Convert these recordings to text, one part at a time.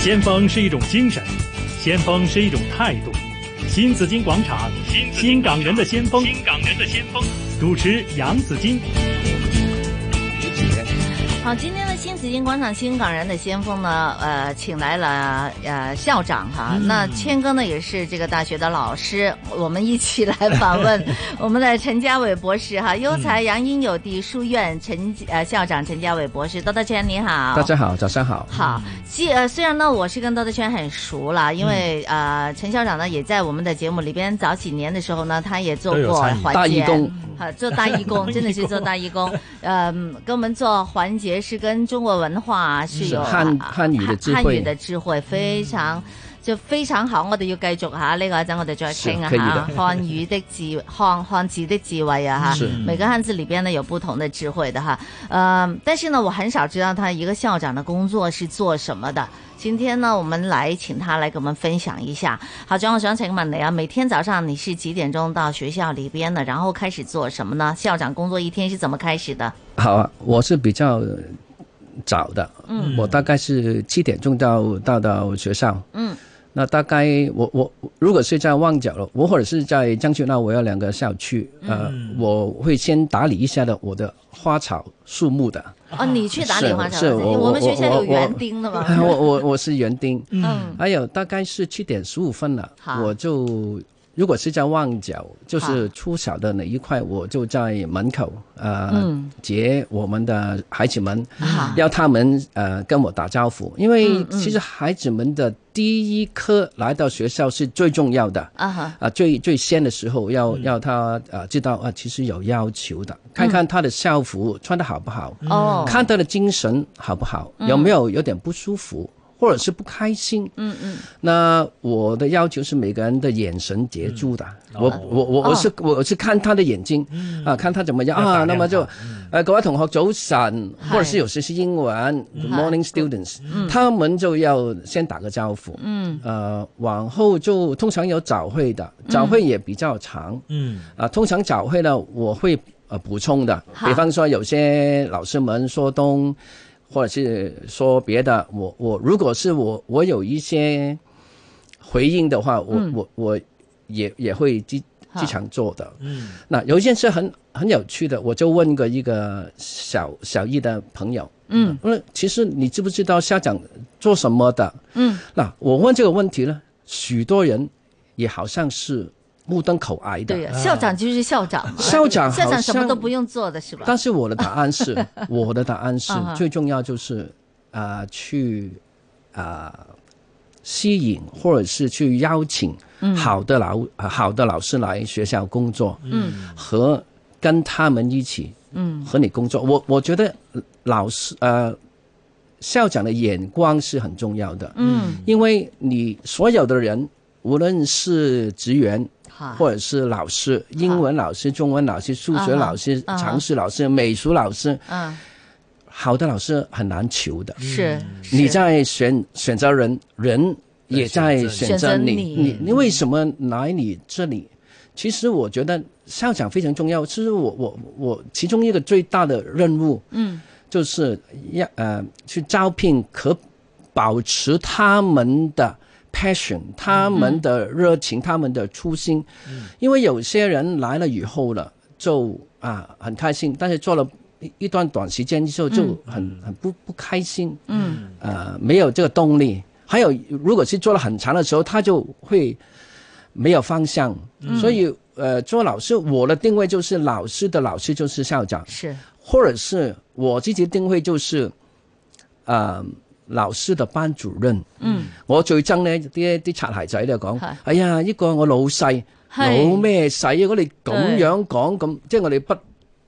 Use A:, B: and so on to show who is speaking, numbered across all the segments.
A: 先锋是一种精神，先锋是一种态度。新紫金广场，新港人的先锋，
B: 新港人的先锋。
A: 主持杨紫金。
C: 好，今天的新紫金广场新港人的先锋呢，呃，请来了呃校长哈，
D: 嗯
C: 那谦哥呢也是这个大学的老师，我们一起来 访问我们的陈家伟博士哈，优
E: 嗯
C: 才杨英友地书院陈呃校长陈家伟博士，多多谦你好，
E: 大家好，早上好。
C: 好，既呃虽然呢我是跟豆豆圈很熟了，因为、
E: 嗯
C: 呃陈校长呢也在我们的节目里边早几年的时候呢，他也做
E: 都有
C: 过
E: 参与
C: 环
E: 大义
C: 节
E: 工，
C: 好、做大义 工，真的是做大义工，嗯，跟我们做环节是跟中国文化是
E: 是
C: 有
E: 汉
C: 啊
E: 汉语的智慧
C: 汉语的智慧非常。就非常好，我哋要繼續下呢、個一陣我哋再啊傾
E: 是可以
C: 下
E: 的
C: 漢語的智漢漢字的智慧啊哈
E: 是，
C: 每個漢字裏邊呢有不同的智慧的哈，呃，但是呢我很少知道他一個校長的工作是做什麼的。今天呢，我們來請他來給我們分享一下。校長，我想請問你啊，每天早上你是幾點鐘到學校裏邊的？然後開始做什麼呢？校長工作一天是怎麼開始的？
E: 好啊，我是比较早的，
C: 嗯
E: 我大概是七点钟到到到学校，
C: 嗯
E: 那大概我我如果是在旺角了，我或者是在江西那，我有两个校区，
C: 嗯
E: 呃，我会先打理一下的我的花草树木的。
C: 哦，你去打理
E: 是
C: 花草，
E: 是我
C: 哎我们学校
E: 我我
C: 有园丁的嘛？
E: 我我我是园丁，
C: 嗯
E: 还有大概是七点十五分了
C: 好，
E: 我就如果是在旺角，就
C: 好
E: 是出小的那一块，我就在门口呃
C: 嗯
E: 接我们的孩子们
C: 好，
E: 要他们呃跟我打招呼，因为
C: 啊嗯嗯
E: 其实孩子们的第一课来到学校是最重要的。
C: 啊哈，
E: 啊，最最先的时候
C: 嗯
E: 要要他呃知道啊，其实有要求的，看看他的校服穿的好不好，
C: 哦，
E: 看他的精神好不好，有没有有点不舒服，或者是不开心。
C: 嗯嗯，
E: 那我的要求是每个人的眼神接住的，我我我我是我是看他的眼睛啊，看他怎么样
A: 要打
E: 啊，
A: 量
E: 那么就
A: 他，
E: 呃，各位同学早晨，
C: 是
E: 或者是有些是英文，Good morning students，他们就要先打个招呼，
C: 嗯，
E: 呃，往后就通常有早会的，早会也比较长，
A: 嗯
E: 啊，通常早会呢，我会呃补充的，
C: 好
E: 比方说有些老师们说东，或者是说别的，我我如果是我我有一些回应的话，我、我我也也会经
C: 嗯好
E: 经常做的。
A: 嗯，
E: 那有一件事很很有趣的，我就问过一个小小易的朋友，
C: 嗯，
E: 那其实你知不知道校长做什么的？
C: 嗯，
E: 那我问这个问题呢，许多人也好像是目瞪口呆的。
C: 对啊呀，校长就是校长嘛，
E: 啊校长好
C: 校
E: 像
C: 长什么都不用做的是吧？
E: 但是我的答案 是，我的答案是
C: 嗯哼
E: 最重要就是啊、呃去啊、呃吸引或者是去邀请好的老、呃好的老师来学校工作，
C: 嗯，
E: 和跟他们一起，
C: 嗯，
E: 和你工作。我我觉得老师呃校长的眼光是很重要的，
C: 嗯，
E: 因为你所有的人，无论是职员
C: 好，
E: 或者是老师，英文老师、中文老师、数学老师、
C: 啊哈
E: 常识老师、美术老师，
C: 嗯，
E: 好的老师很难求的。
C: 是，是
E: 嗯你在选选择人，人也在选择你。
C: 选择你
E: 你你为什么来你这里？其实我觉得校长非常重要。其实我我我其中一个最大的任务，
C: 嗯，
E: 就是要呃去招聘可保持他们的 passion，他
C: 嗯
E: 们的热情，他们的初心。嗯因为有些人来了以后了，就啊很开心，但是做了一一段短时间之后就很、很不不开心，
C: 嗯，
E: 呃没有这个动力。还有如果是做了很长的时候，他就会没有方向。
C: 嗯
E: 所以呃，做老师我的定位就是老师的老师就是校长，
C: 是，
E: 或者是我自己定位就是，呃，老師嘅班主任。
C: 嗯，
E: 我最憎呢啲啲擦鞋仔咧講，
C: 係
E: 哎呀，呢、個我老細
C: 係
E: 老咩細啊！如果你咁樣講咁，即係我哋不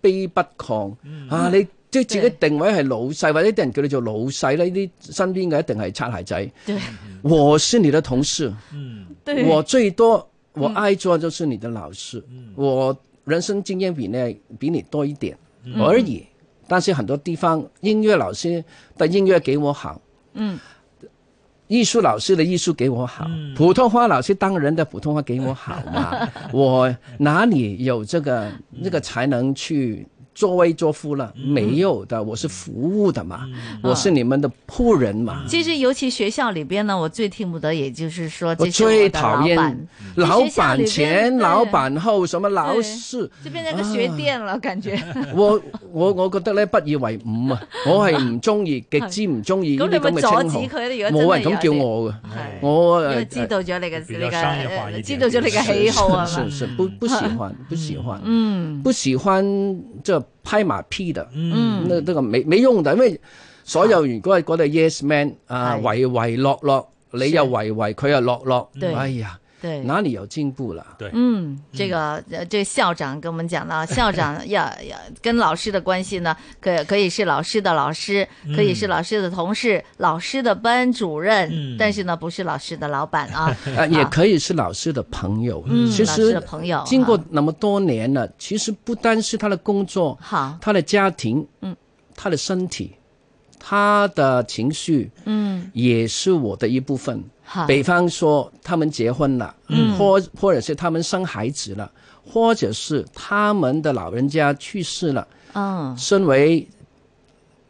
E: 卑不亢、啊！你即係自己定位係老細，或者啲人叫你做老細咧，呢啲身邊嘅一定係擦鞋仔。
C: 對，
E: 我是你的同事。
C: 對，
E: 我最多我爱做就是你的老师，我人生经验比那比你多一点而已。但是很多地方音乐老师的音乐给我好，
C: 嗯，
E: 艺术老师的艺术给我好，普通话老师当然的普通话给我好嘛。我哪里有这个那个才能去作威作福了，没有的，我是服务的嘛，我是你们的仆人嘛。
C: 其实，尤其学校里边呢，我最听不得，也就是说，
E: 我
C: 这是
E: 最
C: 的
E: 讨
C: 老
E: 厌啊嗯
C: 板，
E: 老
C: 学校里
E: 板
C: 边
E: 前、
C: 对
E: 老板后，什么老
C: 对
E: 师，
C: 就变成一个学店了，感觉。
E: 我我我覺得咧不以為伍啊！我係唔中 意，極之唔中意呢
C: 咁你
E: 啲咁
C: 咪阻
E: 嘅稱號
C: 止。佢咧？如果
E: 冇人
C: 真
E: 咁
C: 係有哎
E: 叫
C: 啲，
E: 我嘅，
C: 係
E: 我呃
C: 因為
E: 誒
C: 知道咗你嘅
A: 比
C: 你
A: 較商業化一
C: 嘅，
A: 點
C: 知道咗你嘅喜好啊
E: 是
C: 嘛。
E: 是不不喜 歡，不喜歡，
C: 嗯
E: 不喜歡就拍馬屁的，
C: 嗯
E: 那那個沒沒用的，因為所有如果係覺得 yes man 啊
C: 係
E: 唯唯諾諾，你又唯唯，佢又諾
C: 對
E: 諾，哎呀，
C: 對。
E: 哪裡有進步啦？
C: 嗯，这个呃这校长跟我们讲了， 校长要要跟老师的关系呢，可可以是老师的老师，可以
E: 嗯
C: 是老师的同事，老师的班主任，
A: 嗯
C: 但是呢，不是老师的老板 啊，
E: 啊，也可以是老师的朋友。
C: 嗯，
E: 其
C: 老师的
E: 實
C: 朋友啊，
E: 經過那麼多年了，其實不單是他的工作。
C: 好，
E: 他的家庭，
C: 嗯，
E: 他的身体，他的情绪
C: 嗯，
E: 也是我的一部分。
C: 好，
E: 比方说，他们结婚了，
C: 嗯
E: 或或者是他们生孩子了，或者是他们的老人家去世了，
C: 嗯，
E: 身为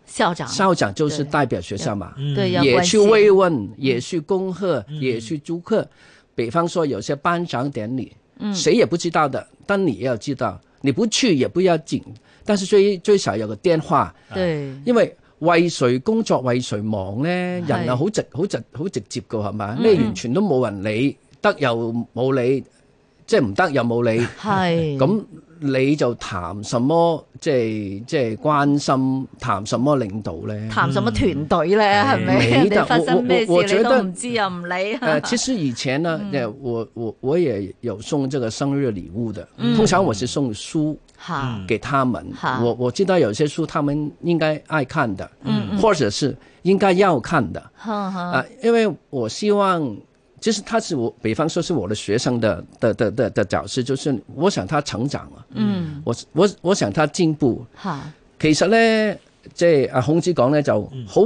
C: 校长，
E: 校长就是
C: 啊对
E: 代表学校嘛，
C: 对，嗯要
E: 也
C: 关
E: 去
C: 心，嗯
E: 慰问，也去恭贺，也去祝贺。比方说，有些颁奖典礼，
C: 嗯
E: 谁也不知道的，但你要知道，你不去也不要紧，但是最最少有个电话。
C: 对，
E: 因為為誰工作為誰忙呢？人
C: 係
E: 啊好直好直好直接噶係咪？
C: 嗯
E: 咩完全都冇人理，得又冇理，即係唔得又冇理，
C: 系，
E: 咁你就談什麼即係即係關心，談什麼領導呢？
C: 谈什么团队咧？系咪？
E: 嗯
C: 人哋发
E: 我我
C: 生咩事
E: 我我
C: 你
E: 覺
C: 都
E: 得
C: 唔知啊，唔理，
E: 呃，其实以前呢，
C: 嗯
E: 呃我我我也有送这个生日礼物的，通常我是送书
C: 好，
E: 给他们。
C: 嗯好
E: 我我知道有些书他们应该爱看的，
C: 嗯
E: 或者是应该要看的。
C: 哼哼，
E: 啊，因为我希望，就是他是我，比方说是我的学生的的的的的导师，就是我想他成长啊，
C: 嗯，
E: 我我我想他进步。
C: 好，
E: 其實咧，即係阿孔子講咧，就好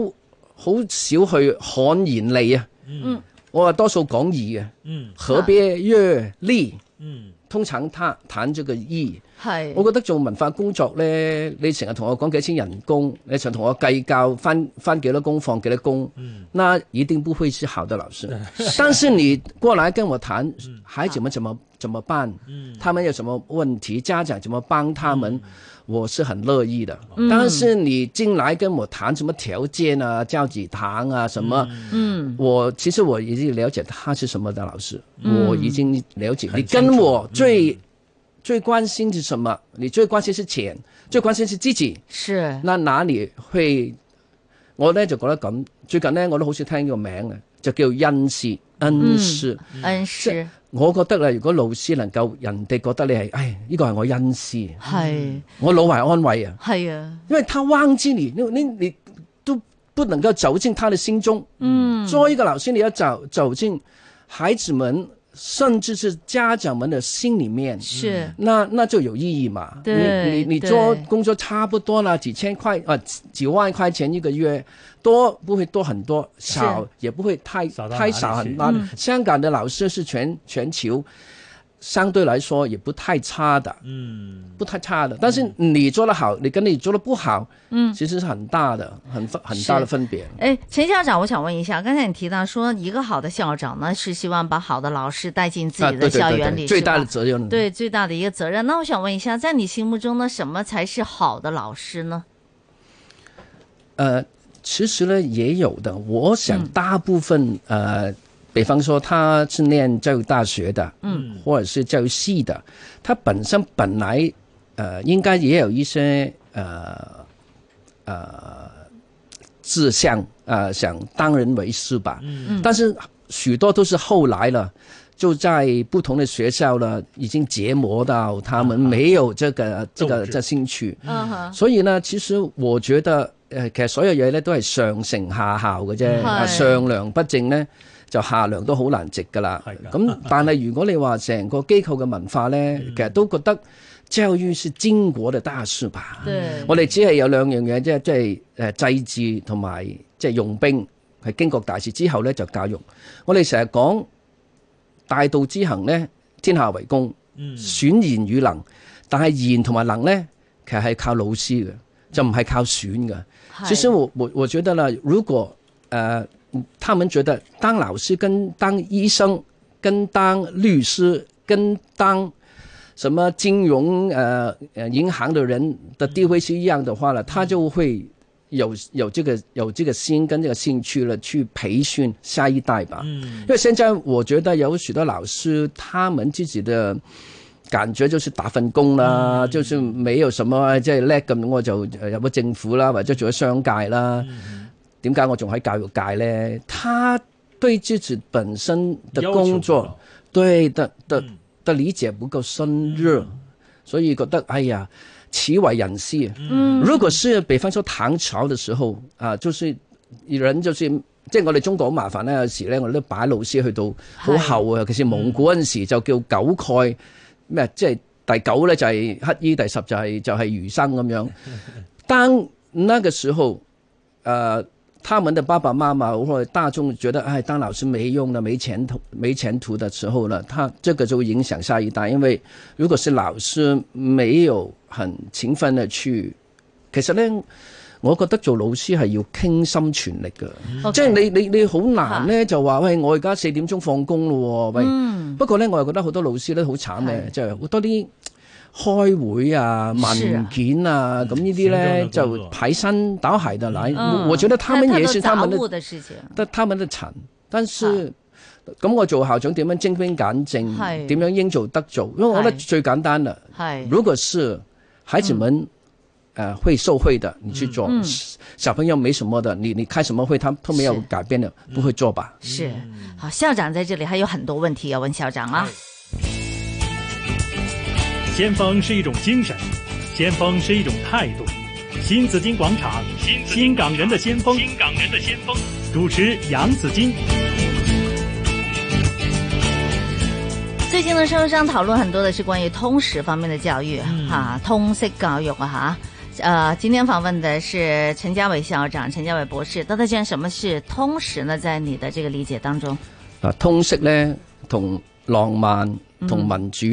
E: 好少去罕言利啊。
C: 嗯，
E: 我話多數講義嘅，
A: 嗯
E: 何必曰利？
A: 嗯
E: 通常他談咗個義。
C: 系，
E: 我覺得做文化工作咧，你成日同我講幾錢人工，你成日同我計較翻翻幾多工放幾多工，那一定不會是好的老師。但是你過來跟我談孩子們怎麼怎麼辦，他們有什麼問題，家長怎麼幫他們，我是很樂意的。但是你進來跟我談什麼條件啊、教幾堂啊什麼，
C: 嗯，
E: 我其實我已經了解他是什麼的老師，
C: 嗯
E: 我已經了解。你
A: 清
E: 跟
A: 楚嗯
E: 我最、最关心是什么？你最关心是钱，最关心是自己。
C: 是。
E: 那哪里會？我咧就覺得咁，最近咧我都好少聽呢個名嘅，就叫恩師。恩師，
C: 恩师嗯
E: 我覺得咧，如果老師能夠人哋覺得你係，唉，呢個係我恩師，
C: 系
E: 我老懷安慰啊，
C: 系啊，
E: 因為他忘記你，你你你都不能夠走進他的心中。
C: 嗯，
E: 作為一個老師，你要走走進孩子們，甚至是家長們的心裡面。
C: 是
E: 那那就有意义嘛？你
C: 对
E: 你你
C: 对
E: 做工作差不多了，几千块啊，几几万块钱一个月，多不会多很多，少也不会太
A: 少到哪
E: 太
A: 里
E: 少很
A: 去
E: 多。
C: 嗯
E: 香港的老师是全全球相对来说也不太差的，
A: 嗯，
E: 不太差的。但是你做得好，你跟你做得不好，
C: 嗯
E: 其实是很大的，很分很大的分别。
C: 哎，陈校长，我想问一下，刚才你提到说，一个好的校长呢，是希望把好的老师带进自
E: 啊，
C: 己
E: 对
C: 的
E: 对
C: 校
E: 对
C: 园
E: 对，
C: 里，
E: 最
C: 是吧
E: 大的责任。
C: 对最大的一个责任。那我想问一下，在你心目中呢，什么才是好的老师呢？
E: 呃，其实呢也有的，我
C: 嗯
E: 想大部分、呃，比方说他是念教育大学的，嗯，或者是教育系的，他本身本来呃应该也有一些呃呃志向，呃想当人为师吧，嗯，但是许多都是后来了。就在不同的学校呢，已经折磨到他
C: 啊
E: 们没有这个、这
A: 斗
E: 个
A: 志
E: 这兴趣。
C: 嗯哼，
E: 所以呢，其實我覺得誒、呃其實所有嘢咧都係上承下效嘅啫。
C: 嗯係
E: 啊上梁不正呢，就下梁都好難直噶啦
A: 係。㗎嗯
E: 咁但係如果你話成個機構嘅文化呢，其實都覺得教育是經國的大事吧。
C: 对，
E: 我哋只係有兩樣嘢啫，即係誒祭祀同埋即係用兵係經國大事之後呢，就教育。我哋成日講大道之行呢，天下為公。
A: 嗯
E: 選言與能，但係言同埋能呢，其實係靠老師嘅，就唔係靠選嘅。
C: 係
E: 其實我我我覺得呢，如果呃，他們覺得當老師跟當醫生、跟當律師、跟當什麼金融呃呃銀行的人的地位是一樣的話呢，他就會有有這個有這個心跟這個興趣了，去培訓下一代吧。
A: 嗯
E: 因為現在我覺得有許多老師，他們自己的感覺就是打份工啦，
A: 嗯
E: 就是沒有什麼即係叻咁，我就呃入咗政府啦，或者做咗商界啦。
A: 嗯
E: 點解、我仲喺教育界呢？他對自己本身
A: 嗯
E: 的工
A: 要求不啊嗯
E: 作
A: 高，
E: 對的的的理解不夠深入，
A: 嗯
E: 所以覺得哎呀，此為人啊師。
C: 嗯
E: 如果是比方說唐朝的時候啊，就是人就是即係我哋中國好麻煩咧，有時咧我哋都擺老師去到好後啊，尤其是蒙古嗰陣時就叫九丐咩，即係第九咧就係乞衣，第十就係、就係、儒生咁樣。當那個時候，呃，他們的爸爸媽媽或者大眾覺得，哎，當老師沒用了，沒前途，沒前途的時候呢，他這個就會影響下一代。因為如果是老師沒有很勤奮的去，其實呢，我覺得做老師係要傾心全力嘅，即係你你你好難呢，就話喂，我而家四點鐘放工咯喎，喂。
C: 嗯
E: 不過呢，我又覺得好多老師咧好慘嘅，
C: 係
E: 即係好多啲開會啊、
C: 是
E: 文
C: 啊
E: 件啊，咁呢啲呢，
A: 行政工
E: 就
A: 作
E: 排山倒海的來。
C: 嗯
E: 我我覺得他們也是他
C: 他
E: 們
C: 的
E: 的
C: 杂物的事情，
E: 得他們的塵，但
C: 啊
E: 是咁我做校長點樣精兵簡政
C: 係，
E: 點樣應做得做？因為我覺得
C: 係
E: 最簡單啦，
C: 系
E: 如果是孩子們。呃，會受惠的，你去做。
C: 嗯
E: 小朋友沒什麼的，你你開什麼會，他都沒有
C: 是
E: 改變的，
C: 嗯
E: 不會做吧？
C: 是
E: 嗯
C: 好校长在这里还有很多问题要问校长啊。
A: 先锋是一种精神，先锋是一种态度。新紫金广场，新新港人的先锋，新港人的先锋。主持杨紫金。
C: 最近呢，社会上讨论很多的是关于通识方面的教育，哈、
E: 嗯
C: 通识教育啊，哈。呃，今天访问的是陈家伟校长、陈家伟博士。到底讲什么是通识呢？在你的这个理解当中，
E: 嗱，啊通識呢，同浪漫
C: 嗯
E: 同民主。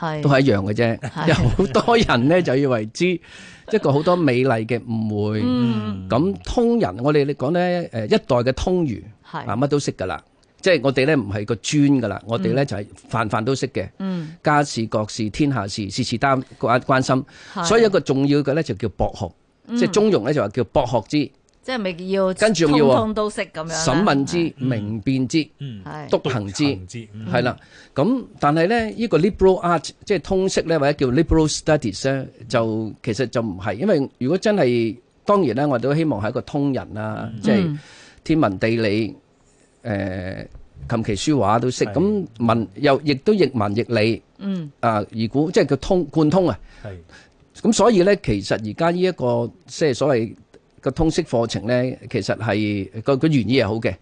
C: 系
E: 都係一樣嘅啫，有好多人咧就以為 之一個好多美麗嘅誤會。
C: 嗯
E: 咁通人，我哋講咧誒呃一代嘅通儒
C: 係
E: 啊乜都識㗎啦，即係我哋咧唔係個專㗎啦，我哋咧就係泛泛都識嘅，
C: 嗯
E: 家事國事天下事，事事擔關關心。
C: 係啊嗯
E: 所以一個重要嘅咧就叫博學，即係中庸咧就話叫博學之、
C: 即系咪要
E: 跟住仲
C: 通
E: 要啊
C: 通都识咁样啦？
E: 審問之、明辨之、
A: 嗯
C: 系
E: 篤行之。
A: 之，
C: 嗯
E: 係啦，咁但係咧，呢、個 liberal art 即係通識咧，或者叫 liberal studies 咧，
C: 嗯
E: 就其實就唔係，因為如果真係當然啦，我哋都希望係一個通人啦，
C: 嗯
E: 即係天文地理誒、呃琴棋書畫都識，
A: 係
E: 咁文又亦都亦文亦理
C: 嗯
E: 啊，而古即係叫通貫通啊。
A: 係
E: 咁所以咧，其實而家呢一個即係所謂個通識課程咧，其實係個個原意係好嘅，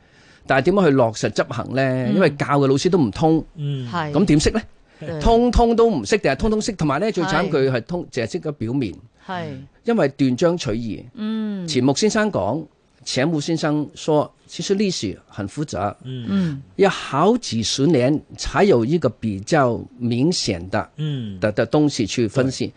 E: 但係點樣去落實執行咧？因為教嘅老師都唔通。
A: 嗯
C: 系
E: 咁點識呢？
C: 咁
E: 通通都唔識定係通通識？同埋呢，最慘
C: 係
E: 佢係通淨係識咗表面，
C: 系
E: 因為斷章取義。
C: 嗯
E: 錢穆先生講，錢穆先生說，其實歷史很複雜，
C: 嗯
E: 要好幾十年才有一個比較明顯的
A: 嗯
E: 的的東西去分析。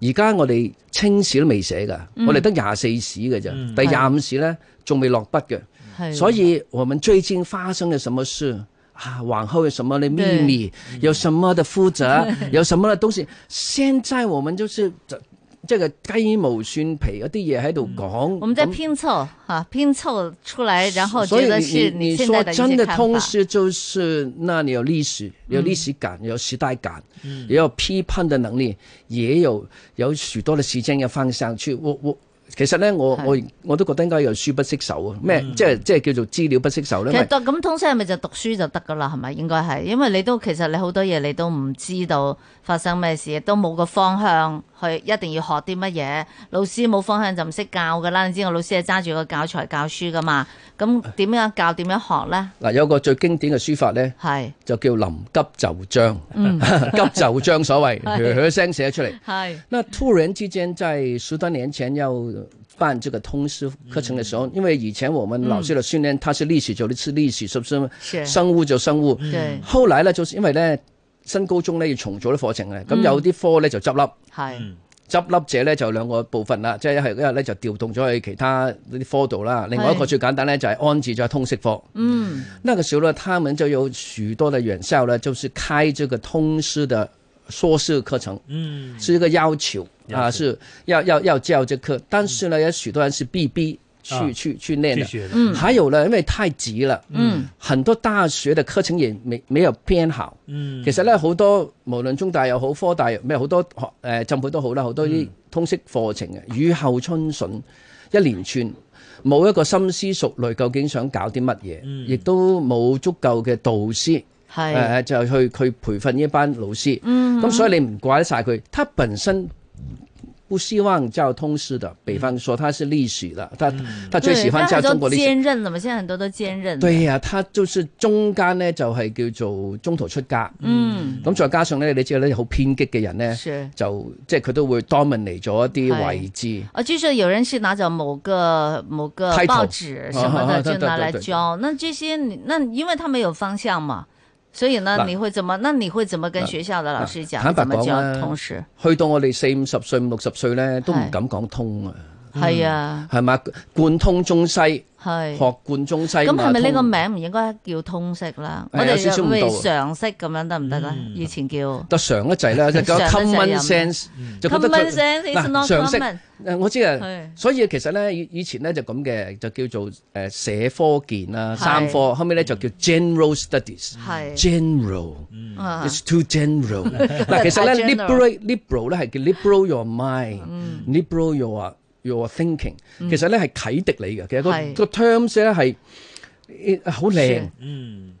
E: 而家我哋清史都未寫㗎，
C: 嗯
E: 我哋得廿四史㗎咋，第廿五史呢，仲未落筆嘅。
C: 系，
E: 所以我们最近发生了什么事啊？往后有什么的秘密？有什么的负责？有什么的东西？现在我们就是这这个鸡毛蒜皮嗰啲嘢喺度讲。
C: 嗯我们在
E: 咁
C: 拼凑哈，拼凑出来，然后
E: 所
C: 觉
E: 以
C: 得是
E: 你你
C: 现在
E: 说
C: 的一
E: 真
C: 些
E: 的
C: 看
E: 通
C: 法。嗯
E: 识就是，那你有历史，有历史感，有时代感，也有批判的能力，也有有许多的时间嘅方向去。我我其實咧，我我我都覺得應該有書不識手啊，咩即係即係叫做資料不識手咧。
C: 嗯其
E: 因為
C: 實讀咁通識係咪就讀書就得噶啦？係咪應該係？因為你都其實你好多嘢你都唔知道發生咩事，都冇個方向去，一定要學啲乜嘢。老師冇方向就唔識教噶啦。你知我老師係揸住個教材教書噶
E: 嗯
C: 嘛？咁點樣教點樣學咧？
E: 嗱，有個最經典嘅書法咧，
C: 係
E: 就叫臨急就章， 急就章所 謂，噓噓聲寫出嚟。
C: 係
E: 那突然之間，在十多年前要辦這個通識課程的時候，因為以前我們老師的訓練，它是歷史就是歷史，是不是？
C: 是
E: 生物就生物。
C: 對
E: 後來呢，就是因為呢，新高中呢要重組啲課程嘅，咁有啲科呢就執笠，
C: 係
E: 執笠者咧就兩個部分啦，即係一係一係咧就調動咗去其他嗰啲科度啦，另外一個
C: 係
E: 最簡單咧就係安置在通識科。
C: 嗯，
E: 那个时候呢，他们就有许多的院校呢，就是开这个通识的硕士课程，
A: 嗯
E: 是一个要求
A: 要求
E: 啊，是要要要教这课。但是呢，有许多人是必逼去、
A: 啊
E: 去去念
A: 去
E: 的。
A: 学的，
C: 嗯
E: 还有呢，因为太急了，
C: 嗯
E: 很多大学的课程也没没有编好。
A: 嗯，
E: 其實咧好多，無論中大又好，科大又咩好多學誒、呃浸會都好啦，好多
A: 嗯
E: 啲通識課程嘅雨後春筍一連串，冇一個深思熟慮究竟想搞啲乜嘢，
A: 嗯
E: 亦都冇足夠嘅導師誒、
C: 係，
E: 呃就去去培訓呢一班老師。咁、
C: 嗯
E: 所以你唔怪得晒佢，他本身。不希望教通識的，比方說他是歷史的，他
A: 嗯
E: 他最喜
C: 對
E: 歡
C: 但
E: 教中
C: 很
E: 國
C: 多
E: 歷史。
C: 坚韧的嘛，现在很多都坚韧。，
E: 對呀、他就是中間呢，就係、叫做中途出家。
C: 嗯，
E: 咁再加上咧，你知道咧好偏激嘅人咧，
C: 是。
E: 就即係佢都會 dominate 咗一啲位置。
C: 啊，就是有人是拿走某个某个
E: Title
C: 报纸什么
E: 啊
C: 的，
E: 对
C: 就拿来
E: 对对对
C: 教。那这些你，那因为他没有方向嘛，所以呢，
E: 嗱
C: 你会怎么？那你会怎么跟
E: 嗱
C: 学校的老师讲？
E: 坦白
C: 怎么
E: 講
C: 教
E: 啊
C: 同时？
E: 去到我哋四五十歲、五六十歲咧，都
C: 係
E: 唔敢講通啊，
C: 系啊，
E: 係嘛？貫通中西，
C: 系。
E: 學貫中西。
C: 咁係咪呢個
E: 通？
C: 名唔應該叫通識啦？
E: 係
C: 我哋
E: 有少少
C: 就
E: 誤導
C: 譬如常識咁樣得唔得啊
A: 嗯？
C: 以前叫
E: 得常得滯啦，就叫
C: 常得滯
E: common
C: 有
E: sense，就覺得
C: common
E: 佢
C: sense is
E: 嗱
C: not
E: 常識
C: common。
E: 誒我知啊。
C: 係
E: 所以其實咧，以以前咧就咁嘅，就叫做誒社科健啦，
C: 係
E: 三科，後尾咧就叫 general studies。
C: 係
E: general
C: 啊
E: It's too general 嗱，其實咧
C: 太
E: liberal liberal 咧係叫 liberal your mind，liberal your your thinking，其實咧係啟迪你嘅。其實
C: 係
E: 個個 terms 咧係呃好靚
C: 是。
A: 嗯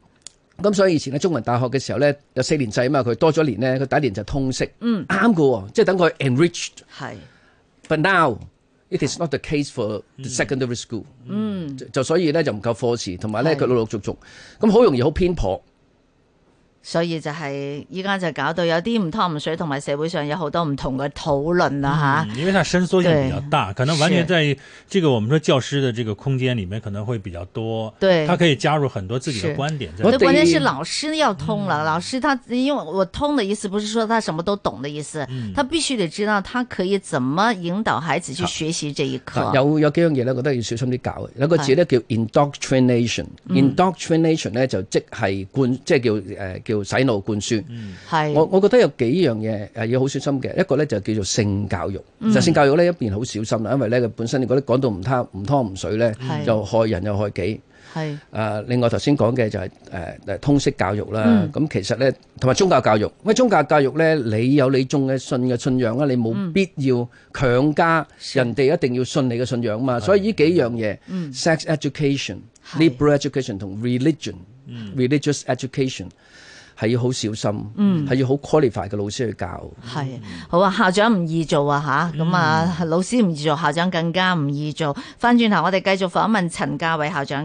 E: 咁所以以前喺中文大學嘅時候咧，有四年制啊嘛，佢多咗年咧，佢第一年就通識，
C: 嗯
E: 啱嘅喎，即係等佢 enriched。
C: 係
E: But now it is not the case for the secondary school。
C: 嗯，
E: 就就所以咧就唔夠課時，同埋咧佢
C: 係
E: 陸陸續續，咁好容易好偏頗。
C: 所以就係依家就搞到有啲唔湯唔水，同埋社會上有好多唔同嘅討論啦
A: 嗯因为它伸缩性比较大，可能完全
C: 是
A: 在这个我们说教师的这个空间里面可能会比较多，
C: 对
A: 他可以加入很多自己的
C: 是
A: 观点在
C: 吓。
E: 我嗯
A: 里
C: 那
A: 面。
E: 得
C: 關鍵是老師要通了，老師他因為我通的意思不是說他什麼都懂的意思，
E: 嗯
C: 他必須得知道他可以怎麼引導孩子去學習這一
E: 嗱
C: 課。
E: 啊有有幾樣嘢咧，覺得要小心啲搞嘅。有個字咧叫 indoctrination。indoctrination 咧就即係灌，即係叫誒、呃叫洗腦灌輸。
C: 嗯
E: 我
C: 係
E: 我覺得有幾樣嘢係要好小心嘅。一個咧就叫做性教育。就性教育咧一邊好小心啦，因為咧佢本身如果你講到唔貪唔湯唔水咧
C: 係，
E: 就害人又害己。
C: 係
E: 啊，另外頭先講嘅就係誒誒通識教育啦
C: 嗯，
E: 咁、其實咧同埋宗教教育，因為宗教教育咧，你有你中嘅信嘅信仰啦，你冇必要強加
C: 是
E: 人哋一定要信你嘅信仰嘛，所以呢幾樣嘢、
C: 嗯
E: s e x education、
C: 係
E: liberal education 同 religion、religious education 係要好小心，係、要好 qualify 嘅老師去教。
C: 系好啊，校長唔易做啊吓，咁
E: 嗯
C: 啊老師唔易做，校長更加唔易做。翻轉頭，我哋繼續訪問陳家偉校長嘅。